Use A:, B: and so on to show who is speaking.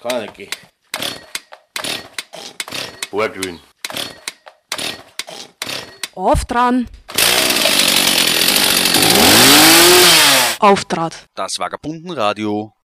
A: Keiner gehen.
B: Ohrgrün.
C: Auf dran. Auftrat.
D: Das Vagabundenradio